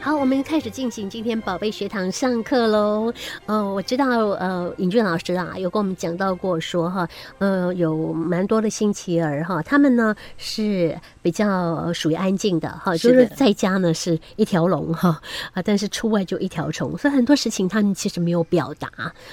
好，我们开始进行今天宝贝学堂上课喽。呃，我知道，呃，尹俊老师啊，有跟我们讲到过说哈，呃，有蛮多的星期儿哈，他们呢是比较呃属于安静的哈，就是是的在家呢是一条龙哈啊，但是出外就一条虫，所以很多事情他们其实没有表达。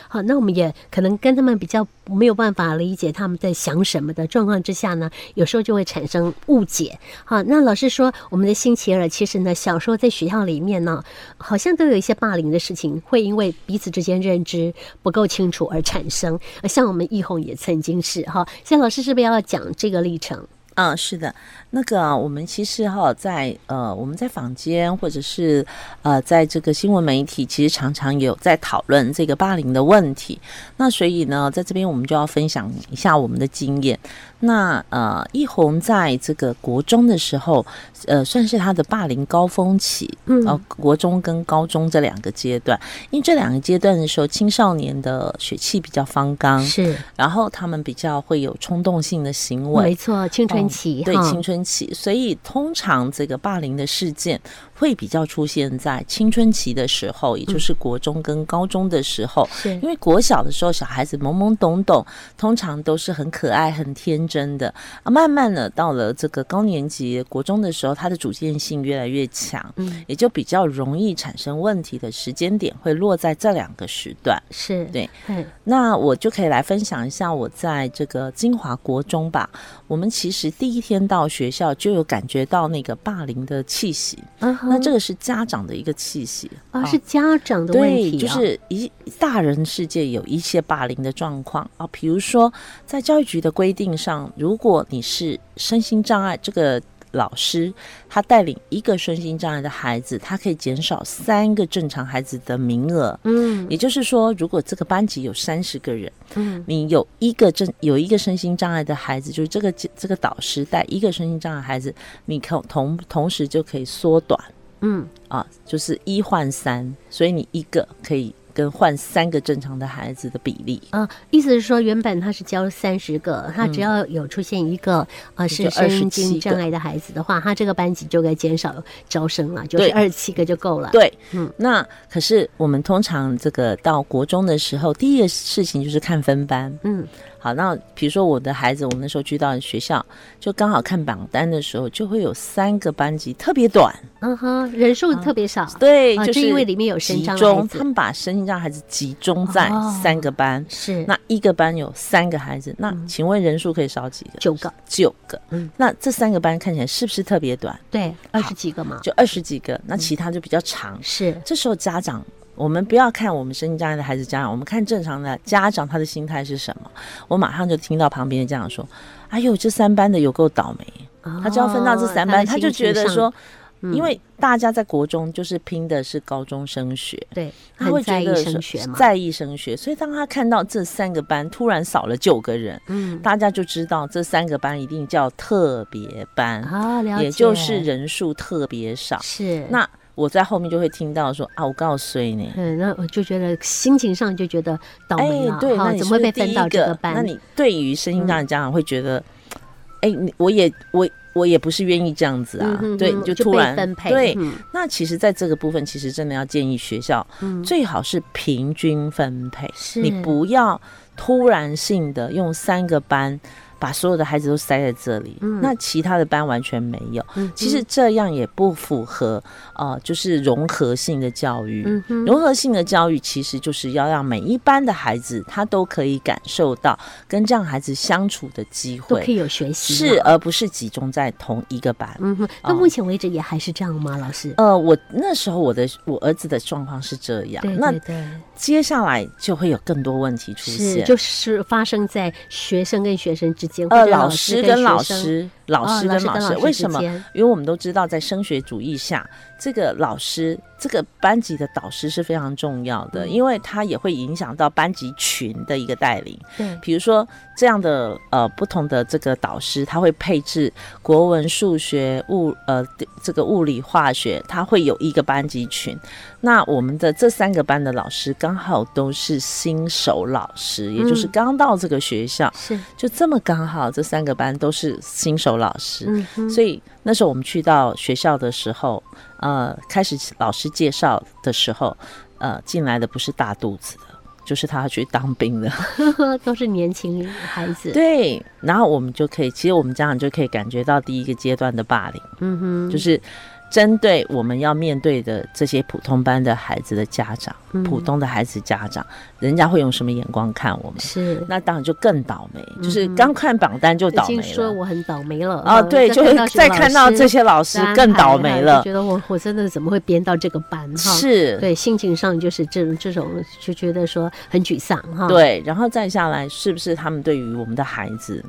好，那我们也可能跟他们比较没有办法理解他们在想什么的状况之下呢，有时候就会产生误解。好，那老师说，我们的星期二其实呢，小时候在学校里面呢，好像都有一些霸凌的事情，会因为彼此之间认知不够清楚而产生。呃像我们易红也曾经是哈，现在老师是不是要讲这个历程？啊，是的，那个啊，我们其实哈，在呃，我们在坊间或者是呃，在这个新闻媒体，其实常常有在讨论这个霸凌的问题。那所以呢，在这边我们就要分享一下我们的经验。那呃，一红在这个国中的时候，呃，算是他的霸凌高峰期，嗯呃，国中跟高中这两个阶段，因为这两个阶段的时候，青少年的血气比较方刚，是然后他们比较会有冲动性的行为没。错，青春期、哦对哈青春期，所以通常这个霸凌的事件会比较出现在青春期的时候，也就是国中跟高中的时候。是因为国小的时候，小孩子懵懵懂懂，通常都是很可爱、很天真的。啊，慢慢的到了这个高年级、国中的时候，他的主见性越来越强，嗯也就比较容易产生问题的时间点会落在这两个时段。是，对嗯那我就可以来分享一下我在这个金华国中吧。我们其实第一天到学校就有感觉到那个霸凌的气息，啊哈那这个是家长的一个气息啊是家长的问对，题、啊，就是一大人世界有一些霸凌的状况啊，比如说在教育局的规定上，如果你是身心障碍这个。老师，他带领一个身心障碍的孩子，他可以减少三个正常孩子的名额。嗯也就是说，如果这个班级有三十个人，嗯你有一个正有一个身心障碍的孩子，就是这个这个导师带一个身心障碍孩子，你可同同时就可以缩短嗯啊，就是一换三，所以你一个可以跟换三个正常的孩子的比例。啊，意思是说，原本他是教三十个，他只要有出现一个、呃嗯就是身27心个障碍的孩子的话，他这个班级就该减少招生了，就是对二十七个就够了。对，嗯嗯，那可是我们通常这个到国中的时候，第一个事情就是看分班。嗯好，那比如说我的孩子，我那时候去到学校，就刚好看榜单的时候，就会有三个班级特别短，嗯哼，人数特别少，对，啊就是因为里面有身集障的孩中，子他们把身心障碍孩子集中在哦三个班，是那一个班有三个孩子，那请问人数可以少几个？嗯九个，九个嗯。那这三个班看起来是不是特别短？对，二十几个嘛，就二十几个，那其他就比较长。是这时候家长，我们不要看我们身心障碍的孩子家长，我们看正常的家长他的心态是什么？我马上就听到旁边的家长说：“哎呦，这三班的有够倒霉。”他只要分到这三班，哦他就觉得，的心说，情上嗯因为大家在国中就是拼的是高中升学，嗯对他会很觉在意得升是学嘛，在意升学，所以当他看到这三个班突然少了九个人，嗯大家就知道这三个班一定叫特别班，啊，了解，也就是人数特别少。是那我在后面就会听到说啊，我告诉你呢，嗯，那我就觉得心情上就觉得倒霉了，哎对，那哈，你怎是么不会被是第分一到这个个？班？嗯那你对于身心障碍的家长会觉得，哎，你我也我我也不是愿意这样子嗯啊哼，对，哼你就就突被然分配对嗯。那其实，在这个部分，其实真的要建议学校嗯最好是平均分配，是你不要突然性的用三个班把所有的孩子都塞在这里，嗯那其他的班完全没有。嗯其实这样也不符合呃，就是融合性的教育。嗯哼，融合性的教育其实就是要让每一班的孩子，他都可以感受到跟这样孩子相处的机都可会，以有学习嘛是。啊而不是集中在同一个班。嗯哼，到哦目前为止也还是这样吗，老师？呃，我那时候我的我儿子的状况是这样，对呃那对对，接下来就会有更多问题出是现。就是发生在学生跟学生之间，或呃，者老师师跟老学生，师，老哦师跟老老师师，跟老为师之什么？间因为我们都知道，在升学主义下，这个老师、这个班级的导师是非常重要的，因为他也会影响到班级群的一个带领。 对，比如说这样的呃不同的这个导师，他会配置国文、数学、物呃地这个物理、化学，他会有一个班级群。那我们的这三个班的老师刚好都是新手老师，也就是嗯刚到这个学校，是就这么刚好这三个班都是新手老师，嗯哼，所以那时候我们去到学校的时候，呃，开始老师介绍的时候，呃，进来的不是大肚子的，就是他去当 兵的。都是年轻孩子，，对，然后我们就可以，其实我们家长就可以感觉到第一个阶段的霸凌，嗯哼，就是针对我们要面对的这些普通班的孩子的家长，嗯普通的孩子家长，人家会用什么眼光看我们？是。那当然就更倒霉，就是嗯哼刚看榜单就已倒霉经了。说我很倒霉了呃哦，对，就会再看到这些些老师更倒霉了。觉得我我真的怎么会编到这个班哈？，是，对，心情上就是这种这种就觉得说很沮丧哈，，对然后再下来，是不是他们对于我们的孩子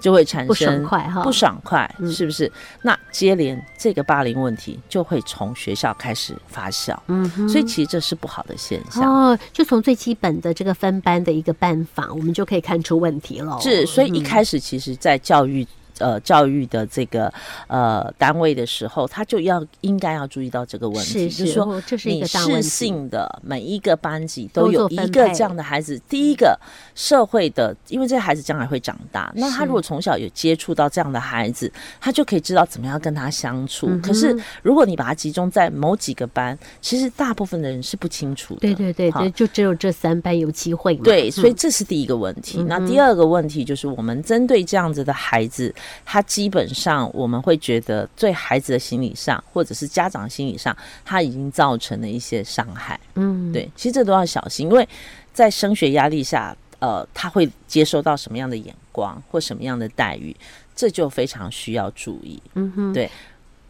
就会产不爽生快哈，不爽快嗯是不是？那接连这个霸凌问题就会从学校开始发酵，嗯哼，所以其实这是不好的现象。哦，就从最基本的这个分班的一个办法，我们就可以看出问题了。是，所以一嗯开始其实，在教育。呃，教育的这个呃单位的时候，他就要应该要注意到这个问题，是就是是说哦这是一你个大是问题。性的每一个班级多都有做一分个配这样的孩子。第一个社会的，因为这些孩子将来会长大，那他是如果从小有接触到这样的孩子，他就可以知道怎么样跟他相处。嗯哼可是如果你把他集中在某几个班，其实大部分的人是不清楚的。对对对好对，就只有这三班有机会嘛。对，嗯所以这是第一个问题。那第二个问题就是，我们针对这样子的孩子，他基本上我们会觉得，对孩子的心理上，或者是家长心理上，他已经造成了一些伤害。嗯，对，其实这都要小心，因为在升学压力下，呃，他会接收到什么样的眼光或什么样的待遇，这就非常需要注意。嗯哼，对。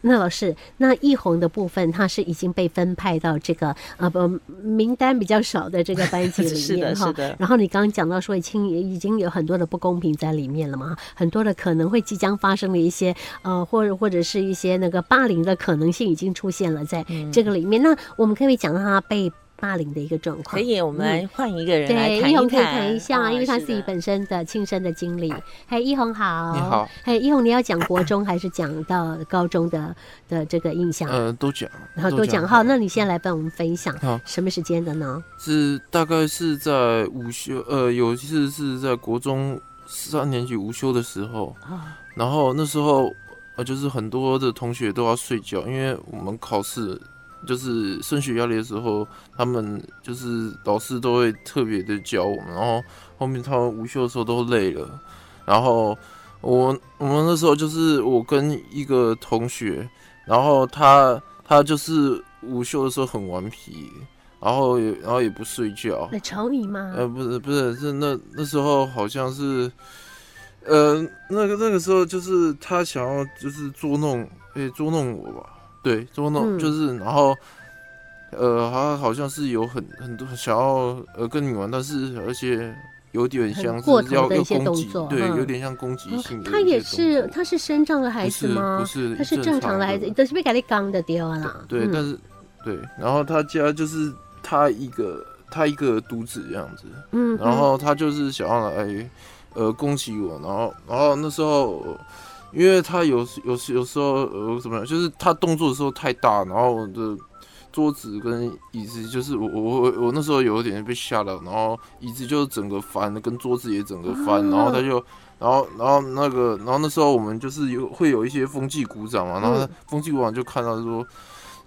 那老师，那易红的部分，他是已经被分派到这个呃不名单比较少的这个班级 是里的面哈是的然后你刚刚讲到说，已经已经有很多的不公平在里面了嘛，很多的可能会即将发生的一些呃，或者或者是一些那个霸凌的可能性已经出现了在嗯这个里面。那我们可不可以讲到他被霸凌的一个状况？可以，我们来换一个人来对，谈一红一可以谈，谈一下，啊因为他是自己的本身的亲身的经 历。嘿，一红好，你好，嘿，一红，你要讲国中还是讲到高中 的的这个印象？嗯、都讲，然后多讲好，那你你先来帮我们分享好什么时间的呢？是大概是在午休，呃，有一次是在国中三年级午休的时候，啊然后那时候呃，就是很多的同学都要睡觉，因为我们考试就是升学压力的时候，他们就是老师都会特别的教我们，然后后面他们午休的时候都累了，然后我我们那时候就是我跟一个同学，然后他他就是午休的时候很顽皮，然后也然后也不睡觉，那丑你吗？呃，不是不是，是那那时候好像是，呃，那个那个时候就是他想要就是捉弄，诶、捉弄我吧，对，捉弄、嗯就是，然后，呃，他好像是有很很多想要呃跟你玩，但是而且有点很像过是头要的一要些攻动击作，对，有嗯点像攻击哦性的一些动作、他也是，他是生障的孩子吗不？是，他不是是正常的孩子，都是被给你刚的丢了啦。对，嗯但是对，然后他家就是他一个他一个独子这样子，嗯，然后他就是想要来呃攻击我，然后然后那时候呃因为他有时有时有时候呃怎么样，就是他动作的时候太大，然后我的桌子跟椅子就是我我我我那时候有点被吓到，然后椅子就整个翻，跟桌子也整个翻，然后他就。然后，然后那个，然后那时候我们就是有会有一些风纪鼓掌嘛，然后嗯风纪鼓掌就看到说，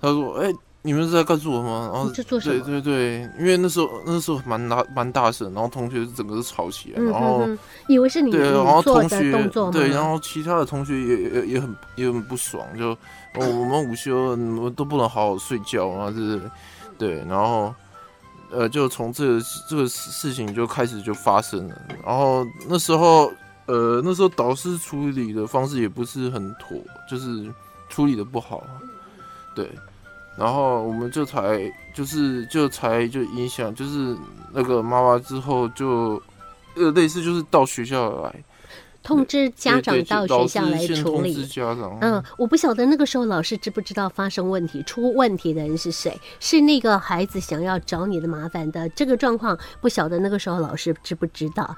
他说：“哎、你们是在干什么吗？”然嗯后你在做什对么？对对，因为那时候那时候蛮大蛮大声，然后同学整个是吵起来，嗯然后、嗯嗯以为是你对，你然后做同的学动作吗？对，然后其他的同学也也也也很也很不爽，就、哦我们午休你们都不能好好睡觉嘛，就是对，然后呃，就从这个这个事事情就开始就发生了，然后那时候呃那时候导师处理的方式也不是很妥，就是处理的不好，对。然后我们就才就是就才就影响就是那个妈妈之后就，呃类似就是到学校来，通知家对长对到老学校师来先处通理知。家长。啊嗯，我不晓得那个时候老师知不知道发生问题、出问题的人是谁，是那个孩子想要找你的麻烦的这个状况，不晓得那个时候老师知不知道。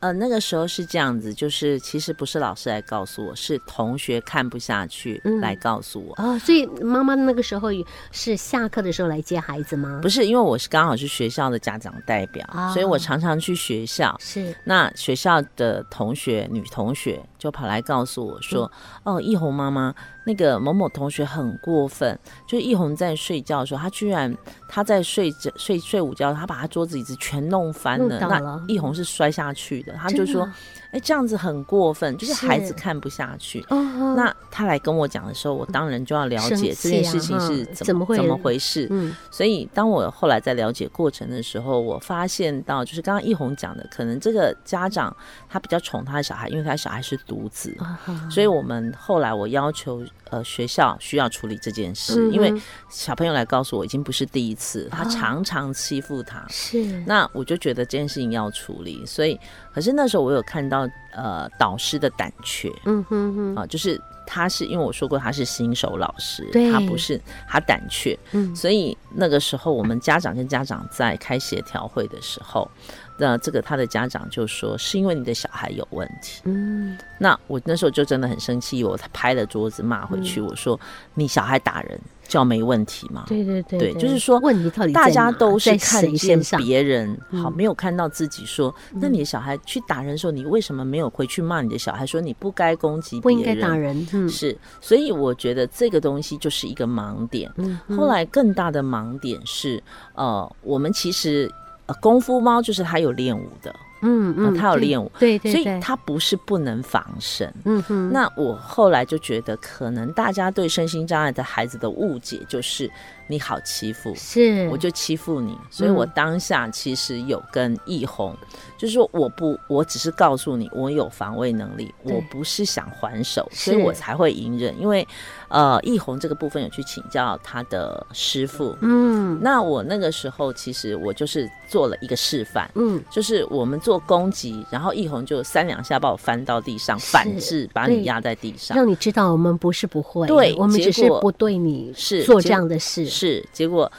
呃，那个时候是这样子，就是其实不是老师来告诉我，是同学看不下去嗯来告诉我。哦，所以妈妈那个时候是下课的时候来接孩子吗？不是，因为我是刚好是学校的家长代表，啊所以我常常去学校。是，那学校的同学，女同学就跑来告诉我说：“嗯哦，易红妈妈，那个某某同学很过分，就易红在睡觉的时候，她居然她在睡着睡睡午觉，她把她桌子椅子全弄翻弄了，倒了那易红是摔下去的。她就真的说啊：‘哎、这样子很过分，就是孩是子看不下去。’哦，哦那她来跟我讲的时候，我当然就要了生解气这件啊事情哈是怎怎么么会怎么回事。嗯所以，当我后来在了解过程的时候，我发现到，就是刚刚一红讲的，可能这个家长他比较宠他的小孩，因为他小孩是独子，啊哈所以我们后来我要求呃学校需要处理这件事，嗯啊哼因为小朋友来告诉我已经不是第一次，他常常欺负他。是那我就觉得这件事情要处理，所以可是那时候我有看到呃导师的胆怯，嗯哼哼，啊，就是他是因为我说过他是新手老师对，他不是他胆怯，嗯所以那个时候我们家长跟家长在开协调会的时候，那这个他的家长就说是因为你的小孩有问题，嗯那我那时候就真的很生气，我拍了桌子骂回嗯去，我说你小孩打人叫没问题吗？对对对对就是说问你到底大在家哪都是在看谁见身上别人，好嗯没有看到自己说。那你的小孩去打人的时候，你为什么没有回去骂你的小孩说你不该攻击不别人？应该打人，嗯是，所以我觉得这个东西就是一个盲点。嗯哼，后来更大的盲点是，呃，我们其实、呃、功夫猫就是它有练武的，嗯呃嗯，它有对练武，对对，所对以它不是不能防身。嗯哼，那我后来就觉得，可能大家对身心障碍的孩子的误解就是你好欺负，是我就欺负你，所以我嗯当下其实有跟易红，就是说我不，我只是告诉你我有防卫能力，对我不是想还手，是所以我才会隐忍。因为呃，易红这个部分有去请教他的师傅，嗯那我那个时候其实我就是做了一个示范。嗯就是我们做攻击，然后易红就三两下把我翻到地上，是反制把对你压在地上。让你知道我们不是不会，对我们只结是果不对你是做结这样的事，是，结果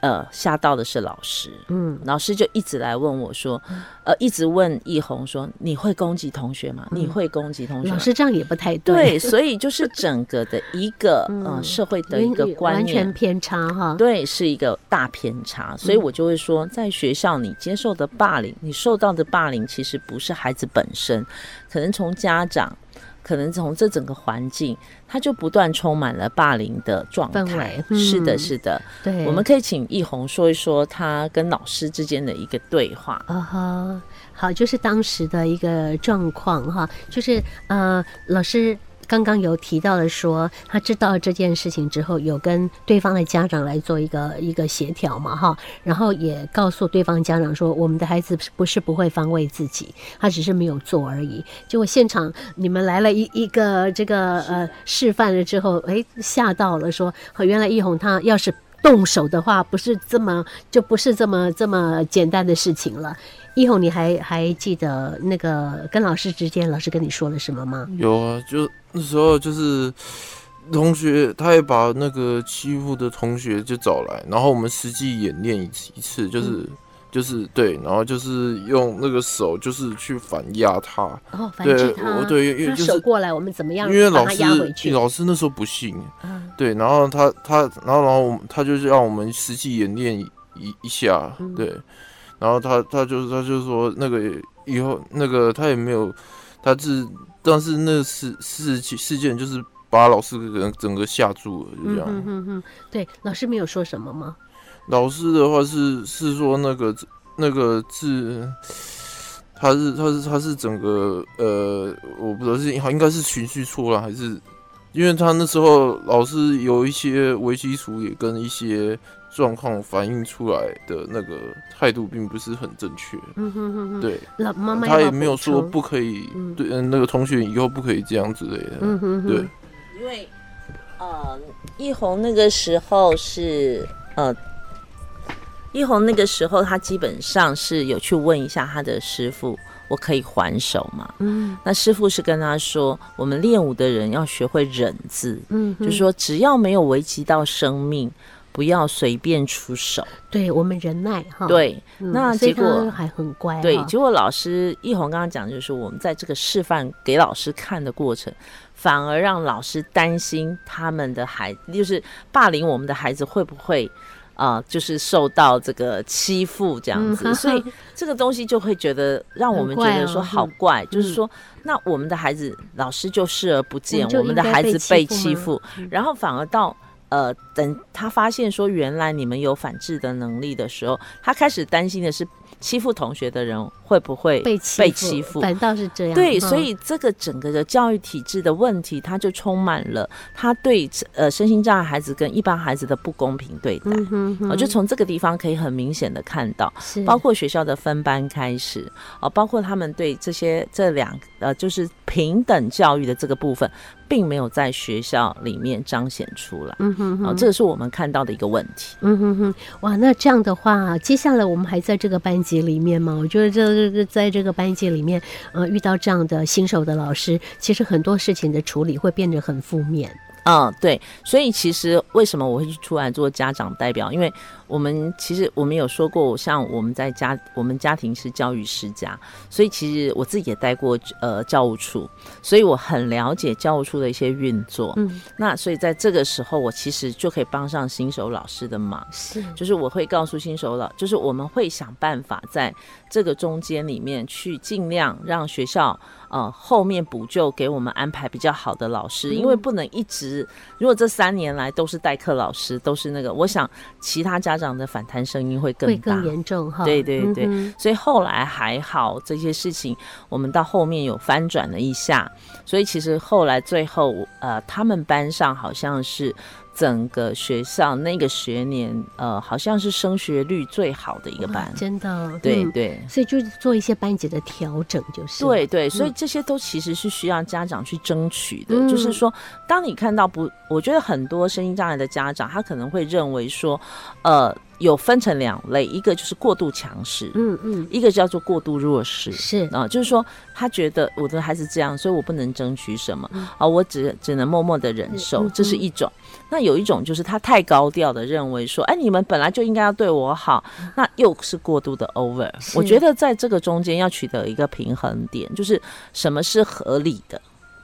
呃吓到的是老师，嗯，老师就一直来问我说，呃，一直问易红说，你会攻击同学吗？你会攻击同学吗？嗯老 师这样也不太对，所以就是整个的一 个呃嗯社会的因一个为观完嗯全念。偏差哈，对，是一个大偏差，所以我就会说，在学校你接受的霸凌，你受到的霸凌其实不是孩子本身，可能从家长，可能从这整个环境，它就不断充满了霸凌的状氛态围。嗯是的，是的，对，我们可以请易红说一说他跟老师之间的一个对话。啊哈，好，就是当时的一个状况哈，就是呃，老师刚刚有提到了说，他知道这件事情之后，有跟对方的家长来做一个一个协调嘛哈，然后也告诉对方家长说，我们的孩子不是不会防卫自己，他只是没有做而已。结果现场你们来了一一个这个呃示范了之后，哎，吓到了说，哦原来易红他要是动手的话，不是这么就不是这么这么简单的事情了。易红，你还还记得那个跟老师之间，老师跟你说了什么吗？有啊，就那时候就是同学，他也把那个欺负的同学就找来，然后我们实际演练一次，一次就是、嗯就是对，然后就是用那个手就是去反压他，哦，反对击，他，我对，因为他就手是。过来，我们怎么样因为把老他师压回去？老师那时候不信，嗯对，然后他他然后然后我们他就是让我们实际演练一一下嗯，对，然后他他就是他就说那个以后那个他也没有，他是但是那个事事情事件就是把老师给整整个吓住了，就嗯这样。嗯嗯嗯，对，老师没有说什么吗？老师的话是是说那个那个是。他是他是他是整个呃，我不知道是好应该是情绪错了还是，因为他那时候老师有一些危机处理跟一些状况反映出来的那个态度并不是很正确，嗯哼哼哼，对，老妈妈他要也不要没有补说充，不可以嗯，对，嗯，那个同学以后不可以这样之类的，嗯哼哼，对，因为呃，易红那个时候是呃，易红那个时候他基本上是有去问一下他的师傅，我可以还手吗？嗯那师傅是跟他说，我们练武的人要学会忍字，嗯，就是说只要没有危及到生命。不要随便出手。对我们忍耐哈。对，嗯，那所以结果他还很乖。对哦哈，结果老师一红刚刚讲，就是我们在这个示范给老师看的过程，反而让老师担心他们的孩子，就是霸凌我们的孩子会不会。啊、就是受到这个欺负这样嗯子，哈哈所以这个东西就会觉得让我们觉得说很怪哦好怪，就是 嗯说，那我们的孩子老师就视而不见，我们就我们的应该孩被子欺被负欺吗负，然后反而到呃，等他发现说原来你们有反制的能力的时候，他开始担心的是欺负同学的人会不会被嗯欺被负欺负反倒是这样。对，哈所以这个整个的教育体制的问题，它就充满了他对呃身心障碍孩子跟一般孩子的不公平对待。嗯哼哼我就从这个地方可以很明显的看到，是包括学校的分班开始，哦、包括他们对这些这两呃，就是平等教育的这个部分，并没有在学校里面彰显出来。嗯哼哦，哼这个是我们看到的一个问题。嗯哼哼，哇，那这样的话，接下来我们还在这个班级里面吗？我觉得这个在这个班级里面，呃，遇到这样的新手的老师，其实很多事情的处理会变得很负面。嗯，对，所以其实为什么我会去出来做家长代表？因为我们其实我们有说过，像我们在家，我们家庭是教育世家，所以其实我自己也待过呃教务处，所以我很了解教务处的一些运作。嗯，那所以在这个时候，我其实就可以帮上新手老师的忙。是，就是我会告诉新手老，就是我们会想办法在这个中间里面去尽量让学校呃后面补救，给我们安排比较好的老嗯师，因为不能一直如果这三年来都是代课老师，都是那个，我想其他家长的反弹声音会更会大。更严重哈。对对对嗯哼所以后来还好，这些事情我们到后面有翻转了一下。所以其实后来最后，呃，他们班上好像是整个学校那个学年，呃，好像是升学率最好的一个哇班。真的对嗯对。所以就是做一些班级的调整，就是对对，所以这些都其实是需要家长去争取的。嗯就是说，当你看到不，我觉得很多身心障碍的家长，他可能会认为说，呃，有分成两类，一个就是过度强势，嗯嗯一个叫做过度弱势。是啊、就是说他觉得我的孩子这样，所以我不能争取什么啊、我只只能默默的忍嗯受，嗯这是一种。那有一种就是他太高调的认为说，哎，你们本来就应该要对我好，那又是过度的 over。嗯是我觉得在这个中间要取得一个平衡点，就是什么是合理的。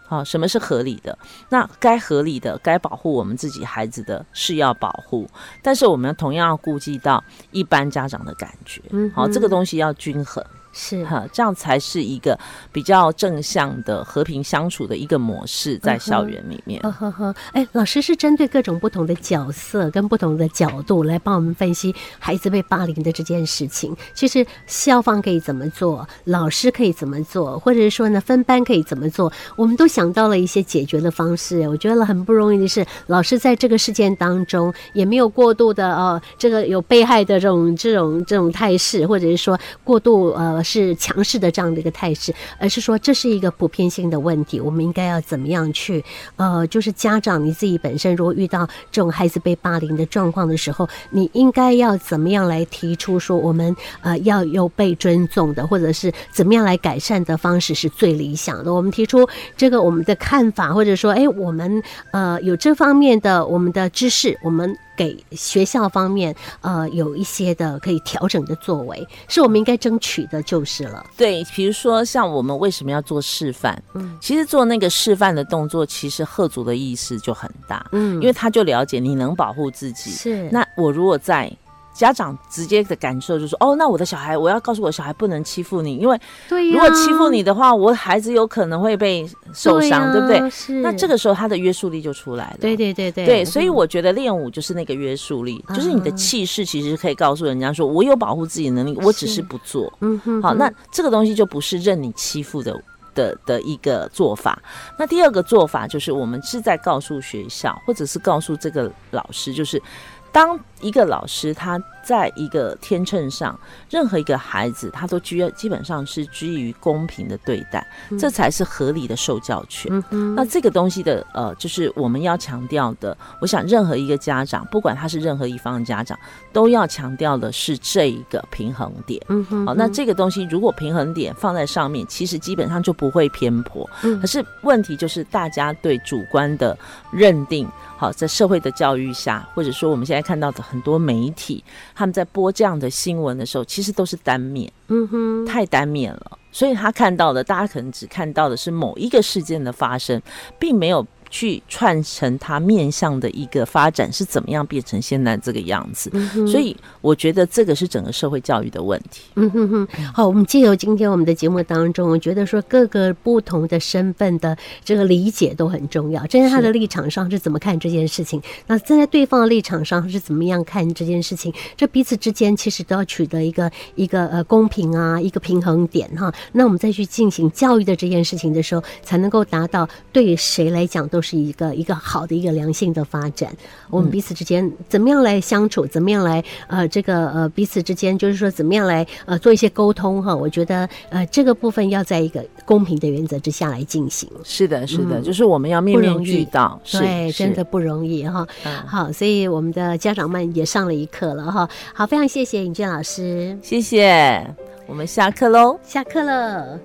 啊，什么是合理的？那该合理的、该保护我们自己孩子的是要保护，但是我们同样要顾及到一般家长的感觉。嗯好、这个哼东西要均衡。是哈，这样才是一个比较正向的和平相处的一个模式，嗯在校园里面。呵呵呵，哎，老师是针对各种不同的角色跟不同的角度来帮我们分析孩子被霸凌的这件事情。其实校方可以怎么做，老师可以怎么做，或者是说呢，分班可以怎么做，我们都想到了一些解决的方式。我觉得很不容易的是，老师在这个事件当中也没有过度的呃，这个有被害的这种这种这种态势，或者是说过度呃是强势的这样的一个态势，而是说这是一个普遍性的问题，我们应该要怎么样去呃，就是家长你自己本身，如果遇到这种孩子被霸凌的状况的时候，你应该要怎么样来提出说我们呃要有被尊重的，或者是怎么样来改善的方式是最理想的？我们提出这个我们的看法，或者说，哎，我们呃有这方面的我们的知识，我们。给学校方面，呃，有一些的可以调整的作为，是我们应该争取的，就是了。对，比如说像我们为什么要做示范？嗯其实做那个示范的动作，其实贺族的意识就很大，嗯因为他就了解你能保护自己。是那我如果在家长直接的感受就是，哦，那我的小孩，我要告诉我小孩不能欺负你，因为对呀、如果欺负你的话，我孩子有可能会被受伤，对不呀对？是那这个时候他的约束力就出来了。对对对嗯对对，所以我觉得练舞就是那个约束力，就是你的啊气势，其实可以告诉人家说，我有保护自己的能力，我只是是不做。嗯哼好，那这个东西就不是任你欺负的的的一个做法。那第二个做法就是，我们是在告诉学校，或者是告诉这个老师，就是当一个老师他在一个天秤上，任何一个孩子他都居基本上是居于公平的对待，这才是合理的受教权。嗯哼那这个东西的呃，就是我们要强调的，我想任何一个家长，不管他是任何一方的家长，都要强调的是这一个平衡点。嗯哼好、那这个东西如果平衡点放在上面，其实基本上就不会偏颇。嗯可是问题就是大家对主观的认定，好，在社会的教育下，或者说我们现在看到的很多媒体，他们在播这样的新闻的时候，其实都是单面，嗯哼，太单面了。所以他看到的，大家可能只看到的是某一个事件的发生，并没有去串成它面向的一个发展是怎么样变成现在这个样子。嗯哼所以我觉得这个是整个社会教育的问题。嗯哼哼，好，我们借由今天我们的节目当中，我觉得说各个不同的身份的这个理解都很重要。站在他的是立场上是怎么看这件事情，那站在对方的立场上是怎么样看这件事情，这彼此之间其实都要取得一个一个呃公平啊，一个平衡点哈。那我们再去进行教育的这件事情的时候，才能够达到对谁来讲都是一个一个好的一个良性的发展。我们彼此之间怎么样来相处，怎么样来呃这个呃彼此之间，就是说怎么样来呃做一些沟通哈。我觉得呃这个部分要在一个公平的原则之下来进行。是的，是的，嗯就是我们要面不容面易俱到。是对，是真的不容易哈。嗯好，所以我们的家长们也上了一课了哈。好，非常谢谢尹娟老师，谢谢，我们下课喽。下课了。